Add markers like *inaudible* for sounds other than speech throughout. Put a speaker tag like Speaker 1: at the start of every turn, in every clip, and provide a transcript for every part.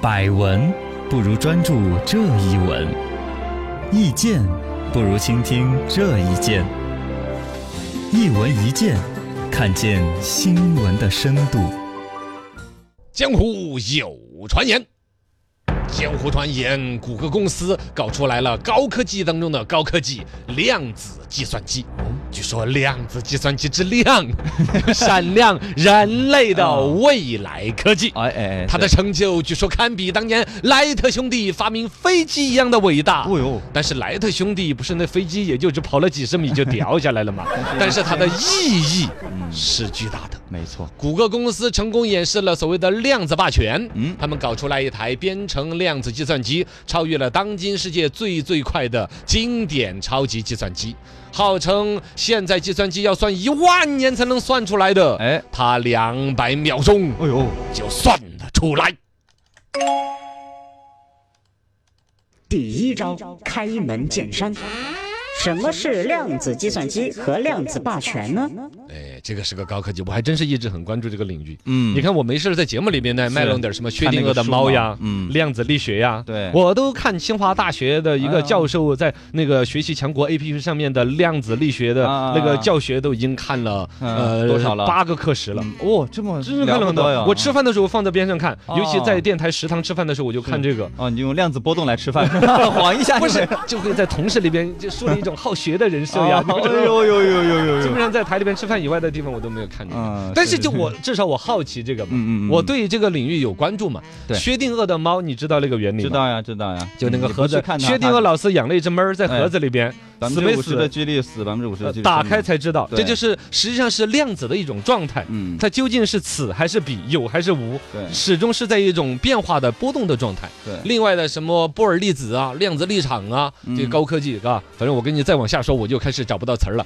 Speaker 1: 百闻不如专注这一闻，意见不如倾听这一见。一闻一见，看见新闻的深度。
Speaker 2: 江湖有传言，江湖传言，谷歌公司搞出来了高科技当中的高科技——量子计算机。据说量子计算机之
Speaker 1: *laughs*
Speaker 2: 量，闪亮人类的未来科技。
Speaker 1: 哎哎，
Speaker 2: 它的成就据说堪比当年莱特兄弟发明飞机一样的伟大。
Speaker 1: 哦哟，
Speaker 2: 但是莱特兄弟不是那飞机也就只跑了几十米就掉下
Speaker 1: *laughs*
Speaker 2: 来了嘛？但是它的意义
Speaker 1: 嗯
Speaker 2: 是巨大的。
Speaker 1: 没错，
Speaker 2: 谷歌公司成功演示了所谓的量子霸权。
Speaker 1: 嗯
Speaker 2: 嗯，他们搞出来一台编程量子计算机，超越了当今世界最最快的经典超级计算机，号称现在计算机要算一万年才能算出来的，
Speaker 1: 哎，
Speaker 2: 它两百秒钟
Speaker 1: 哦呦，
Speaker 2: 就算得出来。
Speaker 3: 第一招开门见山。什么是量子计算机和量子霸权呢？
Speaker 2: 哎，这个是个高科技，我还真是一直很关注这个领域。
Speaker 1: 嗯
Speaker 2: 你看我没事儿在节目里面呢卖弄点什么薛定谔的猫
Speaker 1: 看那个
Speaker 2: 呀
Speaker 1: 书嘛，嗯
Speaker 2: 量子力学呀，
Speaker 1: 对
Speaker 2: 我都看清华大学的一
Speaker 1: 哎呀
Speaker 2: 个教授在那个学习强国 APP 上面的量子力学的
Speaker 1: 啊
Speaker 2: 那个教学都已经看了
Speaker 1: 嗯
Speaker 2: 呃
Speaker 1: 多少了
Speaker 2: 八个课时了。
Speaker 1: 哦，这么
Speaker 2: 真是看了很
Speaker 1: 多呀
Speaker 2: 多，我吃饭的时候放在边上看，
Speaker 1: 哦
Speaker 2: 尤其在电台食堂吃饭的时候，我就看这个。
Speaker 1: 哦，你用量子波动来吃
Speaker 2: *laughs*
Speaker 1: 饭，晃一下
Speaker 2: 不
Speaker 1: 就没
Speaker 2: 是
Speaker 1: 了，
Speaker 2: 就会在同事里边就树立一种好学的人设呀。
Speaker 1: 哦
Speaker 2: 你
Speaker 1: 哎
Speaker 2: 知道吗
Speaker 1: 呦呦呦呦呦
Speaker 2: 基本
Speaker 1: 呦，
Speaker 2: 上在台里边吃饭以外的地方，我都没有看见。
Speaker 1: 嗯
Speaker 2: 但是就我至少我好奇这个嘛，
Speaker 1: 嗯嗯嗯
Speaker 2: 我对这个领域有关注嘛。
Speaker 1: 对
Speaker 2: 薛定谔的猫，你知道那个原理吗？
Speaker 1: 知。道呀知道呀，
Speaker 2: 就那个
Speaker 1: 你不
Speaker 2: 盒子
Speaker 1: 去看，它哎
Speaker 2: 薛定谔老师养了一只猫儿在盒子里边，
Speaker 1: 百
Speaker 2: 死
Speaker 1: 分
Speaker 2: 没
Speaker 1: 之五十的
Speaker 2: 死？
Speaker 1: 几率死，百分之五十的
Speaker 2: 呃
Speaker 1: 几率
Speaker 2: 打
Speaker 1: 生
Speaker 2: 开
Speaker 1: 嘛
Speaker 2: 才知道，
Speaker 1: 对
Speaker 2: 这就是实际上是量子的一种状态。
Speaker 1: 嗯，
Speaker 2: 它究竟是此还是彼，有还是无，
Speaker 1: 对
Speaker 2: 始终是在一种变化的波动的状态。
Speaker 1: 对
Speaker 2: 另外的什么波尔粒子啊、量子力场啊，
Speaker 1: 嗯
Speaker 2: 这个高科技啊，反正我跟你再往下说，我就开始找不到词儿了。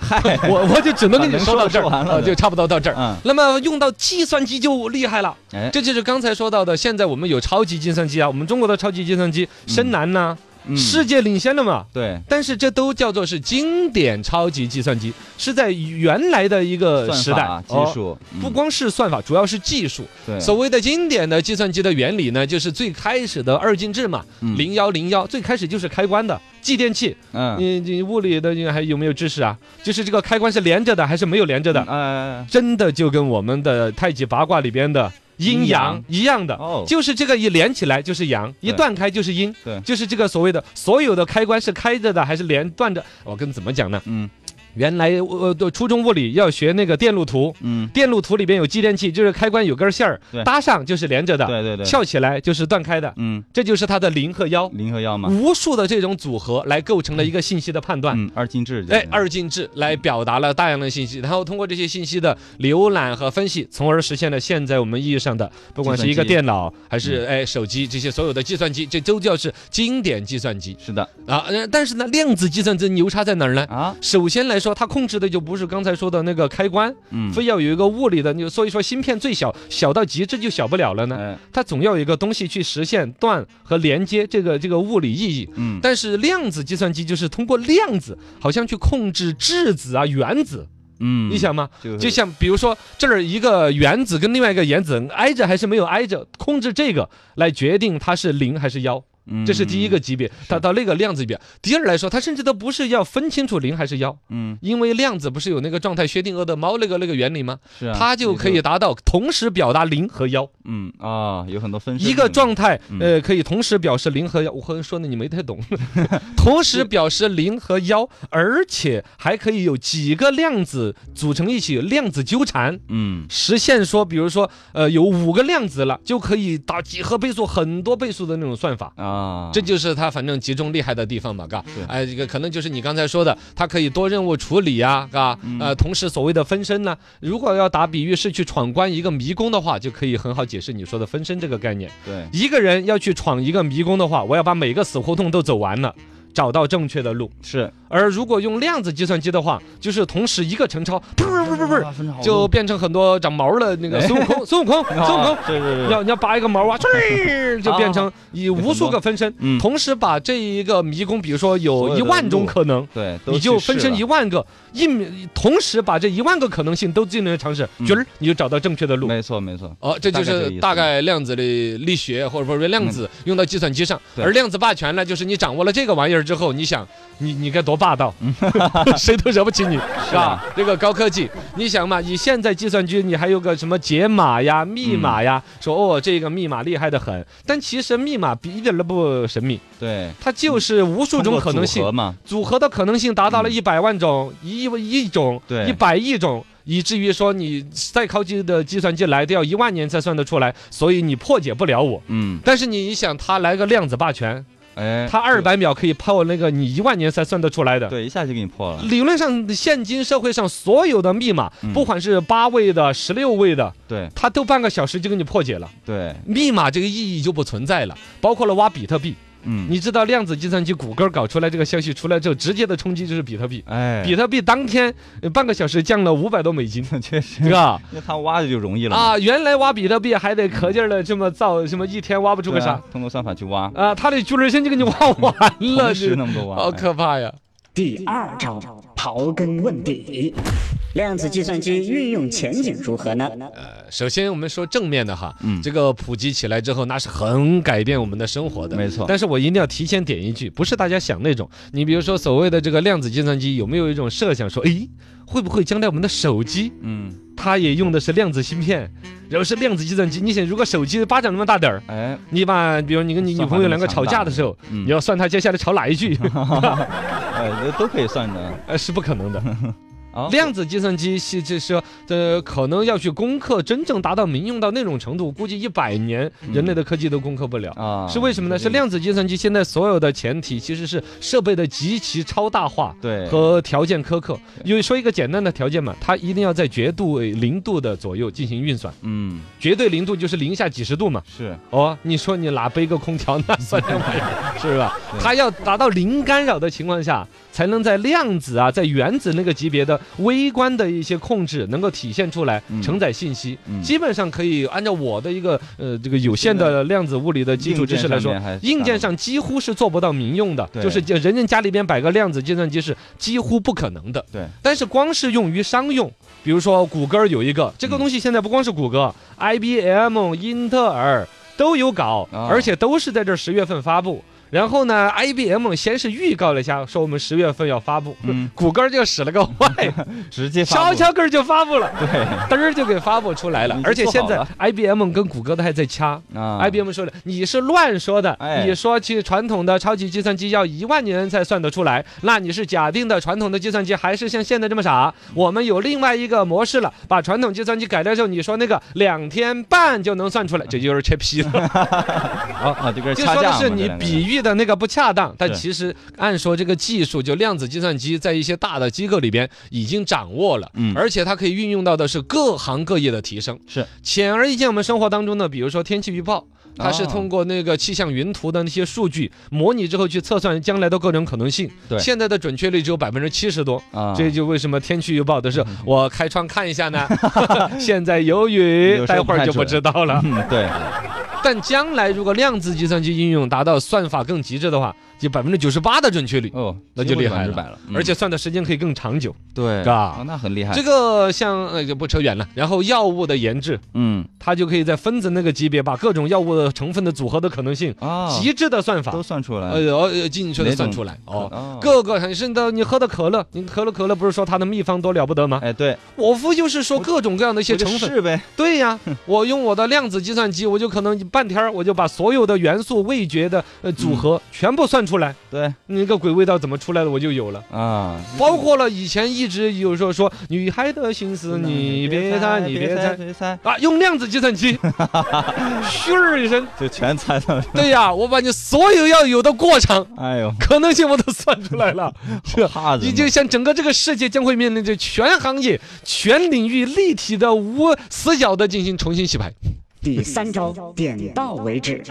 Speaker 2: 我我就只能跟你说到这
Speaker 1: 能说说
Speaker 2: 儿，
Speaker 1: 完了
Speaker 2: 呃就差不多到这儿。
Speaker 1: 嗯，
Speaker 2: 那么用到计算机就厉害了，
Speaker 1: 哎，
Speaker 2: 这就是刚才说到的。现在我们有超级计算机啊，我们中国的超级计算机深蓝呐，
Speaker 1: 嗯
Speaker 2: 世界领先了嘛。
Speaker 1: 对
Speaker 2: 但是这都叫做是经典超级计算机，是在原来的一个时
Speaker 1: 算
Speaker 2: 代
Speaker 1: 法技
Speaker 2: 哦
Speaker 1: 术嗯
Speaker 2: 不光是算法，主要是技术。
Speaker 1: 对
Speaker 2: 所谓的经典的计算机的原理呢，就是最开始的二进制嘛，
Speaker 1: 嗯
Speaker 2: 零幺零幺，最开始就是开关的继电器。
Speaker 1: 嗯
Speaker 2: 你你物理的你还有没有知识啊？就是这个开关是连着的还是没有连着的？
Speaker 1: 哎
Speaker 2: 真的就跟我们的太极八卦里边的阴
Speaker 1: 阴
Speaker 2: 阳
Speaker 1: 阳
Speaker 2: 一样的，
Speaker 1: 哦
Speaker 2: 就是这个一连起来就是阳，一
Speaker 1: 对
Speaker 2: 断开就是阴，
Speaker 1: 对
Speaker 2: 就是这个所谓的所有的开关是开着的还是连断着？我跟怎么讲呢？
Speaker 1: 嗯
Speaker 2: 原来呃，对初中物理要学那个电路图，
Speaker 1: 嗯
Speaker 2: 电路图里边有继电器，就是开关有根线儿
Speaker 1: 对
Speaker 2: 搭上就是连着的，
Speaker 1: 对对嗯对
Speaker 2: 翘起来就是断开的，
Speaker 1: 嗯
Speaker 2: 这就是它的零和幺，
Speaker 1: 零和幺嘛
Speaker 2: 无数的这种组合来构成了一个信息的判断。
Speaker 1: 嗯二进制就是
Speaker 2: 哎，二进制来表达了大量的信息，然后通过这些信息的浏览和分析，从而实现了现在我们意义上的，不管是一个
Speaker 1: 计算机嗯
Speaker 2: 电脑还是哎手机这些所有的计算机，这都叫是经典计算机
Speaker 1: 是的
Speaker 2: 啊。呃但是呢，量子计算机牛叉在哪儿呢？
Speaker 1: 啊
Speaker 2: 首先来说，它控制的就不是刚才说的那个开关，
Speaker 1: 嗯
Speaker 2: 非要有一个物理的，你所以说芯片最小，小到极致就小不了了呢。
Speaker 1: 哎
Speaker 2: 它总要有一个东西去实现断和连接这个这个物理意义。
Speaker 1: 嗯
Speaker 2: 但是量子计算机就是通过量子，好像去控制质子啊、原子，
Speaker 1: 嗯
Speaker 2: 你想吗？
Speaker 1: 就
Speaker 2: 就像比如说这儿一个原子跟另外一个原子挨着还是没有挨着，控制这个来决定它是零还是幺，
Speaker 4: 嗯
Speaker 1: 嗯
Speaker 2: 这是第一个级别。它到那个量子级别，第二来说，它甚至都不是要分清楚零还是幺，
Speaker 1: 嗯
Speaker 2: 因为量子不是有那个状态薛定谔的猫那个那个原理吗？
Speaker 1: 是啊
Speaker 2: 它就可以达到同时表达零和幺，
Speaker 1: 嗯啊有很多分身
Speaker 2: 一个
Speaker 1: 什么
Speaker 2: 状态，
Speaker 1: 嗯
Speaker 2: 呃，可以同时表示零和幺。我和说的你没太懂， *laughs* 同时表示零和幺，而且还可以有几个量子组成一起，量子纠缠。
Speaker 1: 的嗯
Speaker 2: 实现说，比如说，呃，有五个量子了，就可以打几何倍数、很多倍数的那种算法。
Speaker 1: 啊
Speaker 2: 这就是它反正集中厉害的地方嘛，嘎
Speaker 1: 是，
Speaker 2: 哎，这个可能就是你刚才说的，它可以多任务处理呀、嘎，
Speaker 1: 嗯
Speaker 2: 呃，同时所谓的分身呢，如果要打比喻是去闯关一个迷宫的话，就可以很好解释你说的分身这个概念。
Speaker 1: 对
Speaker 2: 一个人要去闯一个迷宫的话，我要把每个死胡同都走完了，找到正确的路。
Speaker 1: 是
Speaker 2: 而如果用量子计算机的话，就是同时一个陈超，不是不是不是
Speaker 4: 哇分成好多
Speaker 2: 就变成很多长毛的那个孙悟空，孙悟空，孙悟空
Speaker 4: 啊，对对对，
Speaker 2: 要要拔一个毛啊，唰就变成以无数个分身
Speaker 4: 嗯，
Speaker 2: 同时把这一个迷宫，比如说有
Speaker 4: 所有
Speaker 2: 一
Speaker 4: 的
Speaker 2: 万种
Speaker 4: 路
Speaker 2: 可能。
Speaker 4: 对，都
Speaker 2: 你就
Speaker 4: 去世
Speaker 2: 分身
Speaker 4: 了
Speaker 2: 一万个，一同时把这一万个可能性都尽量尝试，觉儿你就找到正确的路。
Speaker 4: 没错没错，
Speaker 2: 哦，这就
Speaker 4: 大概
Speaker 2: 是
Speaker 4: 这个意思嗯
Speaker 2: 大概量子的力学，或者说量子用到计算机上。
Speaker 4: 对
Speaker 2: 而量子霸权呢，就是你掌握了这个玩意儿之后，你想你你该多霸道，
Speaker 4: 嗯
Speaker 2: *laughs* 谁都惹不起你，是吧？这个高科技，你想嘛，以现在计算机，你还有个什么解码呀、密码呀，
Speaker 4: 嗯
Speaker 2: 说哦这个密码厉害的很，但其实密码比一点都不神秘，
Speaker 4: 对，
Speaker 2: 它就是无数种
Speaker 4: 通过
Speaker 2: 可能性
Speaker 4: 组合。嘛，
Speaker 2: 组合的可能性达到了一百万种、一亿亿种、
Speaker 4: 嗯对
Speaker 2: 一百亿种，以至于说你再靠近的计算机来都要一万年才算得出来，所以你破解不了我。
Speaker 4: 嗯，
Speaker 2: 但是你一想，他来个量子霸权，
Speaker 4: 哎，
Speaker 2: 他二百秒可以破那个你一万年才算得出来的。
Speaker 4: 对，一下就给你破了，
Speaker 2: 理论上，现今社会上所有的密码，
Speaker 4: 嗯
Speaker 2: 不管是八位的、十六位的，
Speaker 4: 对
Speaker 2: 它都半个小时就给你破解了。
Speaker 4: 对，
Speaker 2: 密码这个意义就不存在了，包括了挖比特币。
Speaker 4: 嗯，
Speaker 2: 你知道量子计算机谷歌搞出来这个消息出来之后，直接的冲击就是比特币。
Speaker 4: 哎，
Speaker 2: 比特币当天呃半个小时降了五百多美
Speaker 4: *laughs*
Speaker 2: 金，
Speaker 4: 确
Speaker 2: *laughs*
Speaker 4: 实，
Speaker 2: 是吧？
Speaker 4: 因为他挖的就容易了嘛，
Speaker 2: 啊，原来挖比特币还得可劲儿的这么造，什么一天挖不出
Speaker 4: 对啊，
Speaker 2: 个啥
Speaker 4: 通过算法去挖，
Speaker 2: 啊，他的巨人先就给你挖完了，
Speaker 4: 同时那么多挖，
Speaker 2: 好
Speaker 4: 哎
Speaker 2: 哦可怕呀！
Speaker 3: 第二招，刨根问底。量子计算机运用前景如何呢？
Speaker 2: 首先我们说正面的哈，
Speaker 4: 嗯
Speaker 2: 这个普及起来之后，那是很改变我们的生活的，
Speaker 4: 没错
Speaker 2: 但是我一定要提前点一句，不是大家想那种，你比如说所谓的这个量子计算机，有没有一种设想说，诶，会不会将来我们的手机
Speaker 4: 嗯，
Speaker 2: 它也用的是量子芯片，然后是量子计算机？你想，如果手机巴掌那么大点儿，
Speaker 4: 哎，
Speaker 2: 你把，比如你跟你女朋友两个吵架的时候，
Speaker 4: 嗯
Speaker 2: 你要算她接下来吵哪一
Speaker 4: *laughs*
Speaker 2: 句，
Speaker 4: 呃，都可以算的
Speaker 2: 呃，是不可能的。
Speaker 4: 啊，
Speaker 2: 量子计算机是这是呃，可能要去攻克，真正达到民用到那种程度，估计一百年人类的科技都攻克不了。
Speaker 4: 嗯啊，
Speaker 2: 是为什么呢？
Speaker 4: 这
Speaker 2: 是
Speaker 4: 个意
Speaker 2: 量子计算机现在所有的前提其实是设备的极其超大化
Speaker 4: 思，对
Speaker 2: 和条件苛刻。因为说一个简单的条件嘛，它一定要在绝对零度的左右进行运算，
Speaker 4: 嗯
Speaker 2: 绝对零度就是零下几十度嘛。
Speaker 4: 是
Speaker 2: 哦，你说你哪背个空调，那算什么呀？是吧？
Speaker 4: 对
Speaker 2: 它要达到零干扰的情况下，才能在量子啊，在原子那个级别的微观的一些控制能够体现出来，
Speaker 4: 嗯
Speaker 2: 承载信息。
Speaker 4: 嗯
Speaker 2: 基本上可以按照我的一个呃这个有限的量子物理的基础知识来说
Speaker 4: 硬件上面还，是
Speaker 2: 硬件上几乎是做不到民用的，
Speaker 4: 对
Speaker 2: 就是人人家里边摆个量子计算机是几乎不可能的。
Speaker 4: 对，
Speaker 2: 但是光是用于商用，比如说谷歌儿有一个这个
Speaker 4: 嗯
Speaker 2: 东西，现在不光是谷歌、IBM、英特尔都有搞，
Speaker 4: 啊
Speaker 2: 而且都是在这十月份发布。然后呢，IBM 先是预告了一下，说我们十月份要发布，*laughs*
Speaker 4: 嗯
Speaker 2: 谷歌儿就使了
Speaker 4: *laughs*
Speaker 2: 个坏，
Speaker 4: 直接发
Speaker 2: 悄
Speaker 4: 布
Speaker 2: 悄根儿就发布了，
Speaker 4: 对
Speaker 2: 嘚儿就给发布出来了
Speaker 4: 已。经
Speaker 2: 而且
Speaker 4: 做
Speaker 2: 现
Speaker 4: 好
Speaker 2: 在
Speaker 4: 了
Speaker 2: IBM 跟谷歌都还在掐。
Speaker 4: 啊
Speaker 2: IBM 说了，你是乱说的，
Speaker 4: 哎
Speaker 2: 你说去传统的超级计算机要一万年才算得出来，那你是假定的传统的计算机还是像现在这么傻？我们有另外一个模式了，把传统计算机改掉之后，你说那个两天半就能算出来，这就是扯皮了。
Speaker 4: 啊，就跟
Speaker 2: 就
Speaker 4: 掐
Speaker 2: 说
Speaker 4: 架
Speaker 2: 的
Speaker 4: 嘛
Speaker 2: 是
Speaker 4: 这
Speaker 2: 你
Speaker 4: 两个
Speaker 2: 比
Speaker 4: 人
Speaker 2: 喻的那个不恰当，但
Speaker 4: 是
Speaker 2: 其实按说这个技术，就量子计算机在一些大的机构里边已经掌握了，
Speaker 4: 嗯
Speaker 2: 而且它可以运用到的是各行各业的提升。
Speaker 4: 是哦
Speaker 2: 显而易见，我们生活当中呢，比如说天气预报，它是通过那个气象云图的那些数据模拟之后去测算将来的各种可能性。
Speaker 4: 对
Speaker 2: 现在的准确率只有百分之七十多。
Speaker 4: 啊，嗯
Speaker 2: 这就为什么天气预报都是我开窗看一下
Speaker 4: *laughs*
Speaker 2: 呢？ *laughs* 现在有雨，
Speaker 4: 有时
Speaker 2: 待
Speaker 4: 候
Speaker 2: 会儿就不
Speaker 4: 不太准
Speaker 2: 知道了。
Speaker 4: 嗯对
Speaker 2: 但将来如果量子计算机应用达到算法更极致的话，就百分之九十八的准确率，
Speaker 4: 哦，
Speaker 2: 那就厉害
Speaker 4: 了，
Speaker 2: 了
Speaker 4: 了，嗯
Speaker 2: 而且算的时间可以更长久。
Speaker 4: 对
Speaker 2: 是吧
Speaker 4: 哦那很厉害，
Speaker 2: 这个像呃就不扯远了。然后药物的研制，
Speaker 4: 嗯
Speaker 2: 它就可以在分子那个级别把各种药物的成分的组合的可能性，
Speaker 4: 啊，
Speaker 2: 极致的算法
Speaker 4: 都，算出来
Speaker 2: 呃
Speaker 4: 了，
Speaker 2: 呃，精确的
Speaker 4: 哪
Speaker 2: 算
Speaker 4: 种
Speaker 2: 出来哦。
Speaker 4: 哦
Speaker 2: 各个还是的，你喝的可乐，你可乐可乐不是说它的秘方多了不得吗？
Speaker 4: 哎对，
Speaker 2: 我不就是说各种各样的一些
Speaker 4: 我就
Speaker 2: 成分？
Speaker 4: 试呗，
Speaker 2: 对呀，我用我的量子计算机，我就可能半天儿我就把所有的元素味觉的呃组合全部算出来，
Speaker 4: 对
Speaker 2: 那个鬼味道怎么出来的我就有了。
Speaker 4: 啊，
Speaker 2: 包括了以前一直有时候说女孩的心思，嗯你别猜，你别猜
Speaker 4: 别猜，
Speaker 2: 啊，用量子计算 *laughs* 机，咻儿一声，
Speaker 4: 就全猜到了，
Speaker 2: 对呀，我把你所有要有的过场
Speaker 4: 哎呦，
Speaker 2: 可能性我都算出来了，是吧。
Speaker 4: 怕
Speaker 2: 你就像整个这个世界将会面临着全行业、全领域立体的无死角的进行重新洗牌，
Speaker 3: 第三招点到为止。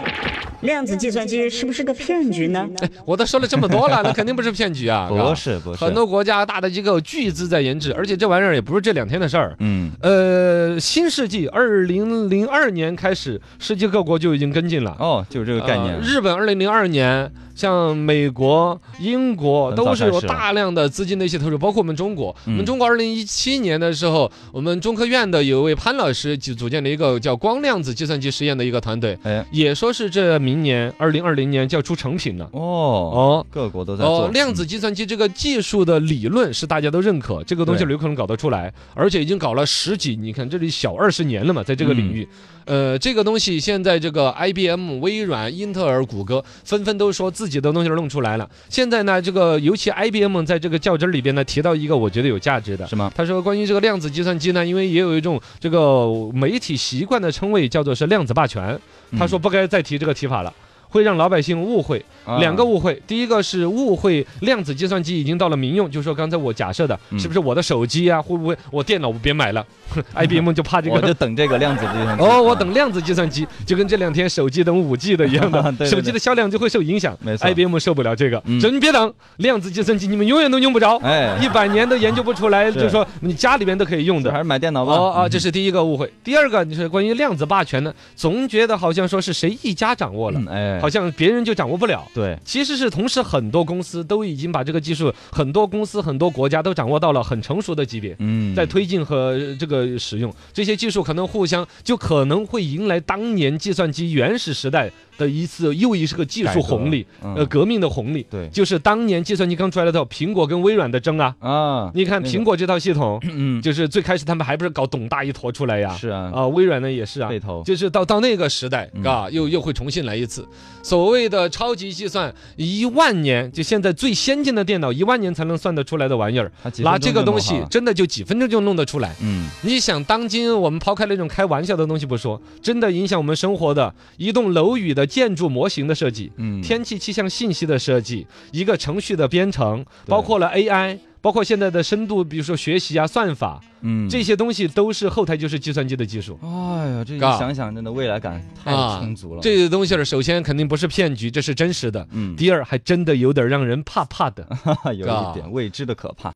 Speaker 3: 量子计算机是不是个骗局呢？
Speaker 2: 我都说了这么多了，那肯定不是骗局啊！
Speaker 4: 不是不是
Speaker 2: 很多国家大的机构巨资在研制，而且这玩意儿也不是这两天的事儿。
Speaker 4: 嗯，
Speaker 2: 呃，新世纪二零零二年开始，世界各国就已经跟进了。
Speaker 4: 哦，就是这个概念
Speaker 2: 呃。日本二零零二年，像美国、英国
Speaker 4: 很早
Speaker 2: 都是
Speaker 4: 开
Speaker 2: 有
Speaker 4: 始
Speaker 2: 大量的资金的一些投入，包括我们中国。我
Speaker 4: 嗯
Speaker 2: 们中国二零一七年的时候，我们中科院的有一位潘老师就组建了一个叫光量子计算机实验的一个团队，
Speaker 4: 哎，
Speaker 2: 也说是这明年二零二零年就要出成品了。
Speaker 4: 哦，
Speaker 2: 哦。
Speaker 4: 各国都在做嗯
Speaker 2: 哦，量子计算机这个技术的理论是大家都认可，这个东西
Speaker 4: 对
Speaker 2: 有可能搞得出来，而且已经搞了十几，你看这里小二十年了嘛，在这个领域，
Speaker 4: 嗯
Speaker 2: 呃，这个东西现在这个 IBM、微软、英特尔、谷歌纷纷都说自己的东西弄出来了。现在呢，这个尤其 IBM 在这个较真儿里边呢提到一个我觉得有价值的，
Speaker 4: 嗯是吗？
Speaker 2: 他说关于这个量子计算机呢，因为也有一种这个媒体习惯的称谓叫做是量子霸权，他说不该再提这个提法了，会让老百姓误会。
Speaker 4: 嗯
Speaker 2: 两个误会，第一个是误会量子计算机已经到了民用，就说刚才我假设的，
Speaker 4: 嗯
Speaker 2: 是不是我的手机啊，会不会我电脑 *laughs* 我别买了？IBM 就怕这
Speaker 4: 我
Speaker 2: 个。
Speaker 4: 就等这个量子计算
Speaker 2: *laughs*
Speaker 4: 机
Speaker 2: 哦，我等量子计算机，就跟这两天手机等五 G 的一样的，
Speaker 4: *laughs* 对对对
Speaker 2: 手机的销量就会受影响。
Speaker 4: 没错
Speaker 2: IBM 受不了这个，
Speaker 4: 嗯
Speaker 2: 说你别等，量子计算机你们永远都用不着，
Speaker 4: 哎，
Speaker 2: 一百年都研究不出来，
Speaker 4: 是
Speaker 2: 就说你家里面都可以用
Speaker 4: 还
Speaker 2: 的。
Speaker 4: 是买电脑吧。
Speaker 2: 哦啊，这
Speaker 4: 是
Speaker 2: 是第一个误会。第二个，你说关于量子霸权呢，总觉得好像说是谁一家掌握了，
Speaker 4: 哎，
Speaker 2: 好像别人就掌握不了。
Speaker 4: 对，
Speaker 2: 其实是同时，很多公司都已经把这个技术，很多公司、很多国家都掌握到了很成熟的级别，
Speaker 4: 嗯，
Speaker 2: 在推进和呃这个使用这些技术，可能互相就可能会迎来当年计算机原始时代的一次又一次个技
Speaker 4: 改
Speaker 2: 术
Speaker 4: 革
Speaker 2: 红利，
Speaker 4: 嗯
Speaker 2: 呃，革命的红利，
Speaker 4: 对
Speaker 2: 就是当年计算机刚出来的时候，苹果跟微软的争啊，
Speaker 4: 啊，
Speaker 2: 你看
Speaker 4: 那个
Speaker 2: 苹果这套系统，
Speaker 4: 嗯，
Speaker 2: 就是最开始他们还不是搞董大一坨出来呀，
Speaker 4: 是啊，
Speaker 2: 啊，微软呢也是啊，
Speaker 4: 背头
Speaker 2: 就是到到那个时代，
Speaker 4: 嗯
Speaker 2: 啊，又又会重新来一次。所谓的超级计算，一万年，就现在最先进的电脑，一万年才能算得出来的玩意儿，
Speaker 4: 它几分钟
Speaker 2: 拿这个
Speaker 4: 就弄
Speaker 2: 东
Speaker 4: 好
Speaker 2: 西
Speaker 4: 了
Speaker 2: 真的就几分钟就弄得出来。
Speaker 4: 嗯，
Speaker 2: 你想，当今我们抛开那种开玩笑的东西不说，真的影响我们生活的一栋楼宇的建筑模型的设计，
Speaker 4: 嗯，
Speaker 2: 天气气象信息的设计，一个程序的编程，
Speaker 4: 对
Speaker 2: 包括了 AI。包括现在的深度，比如说学习啊、算法
Speaker 4: 嗯
Speaker 2: 这些东西，都是后台就是计算机的技术。
Speaker 4: 哎呀，这一
Speaker 2: 嘎
Speaker 4: 想想真的未来感太充足了。
Speaker 2: 啊这个东西儿首先肯定不是骗
Speaker 4: *laughs*
Speaker 2: 局，这是真实的。
Speaker 4: 嗯，
Speaker 2: 第二，还真的有点让人怕怕的。
Speaker 4: 有一点未知的可怕。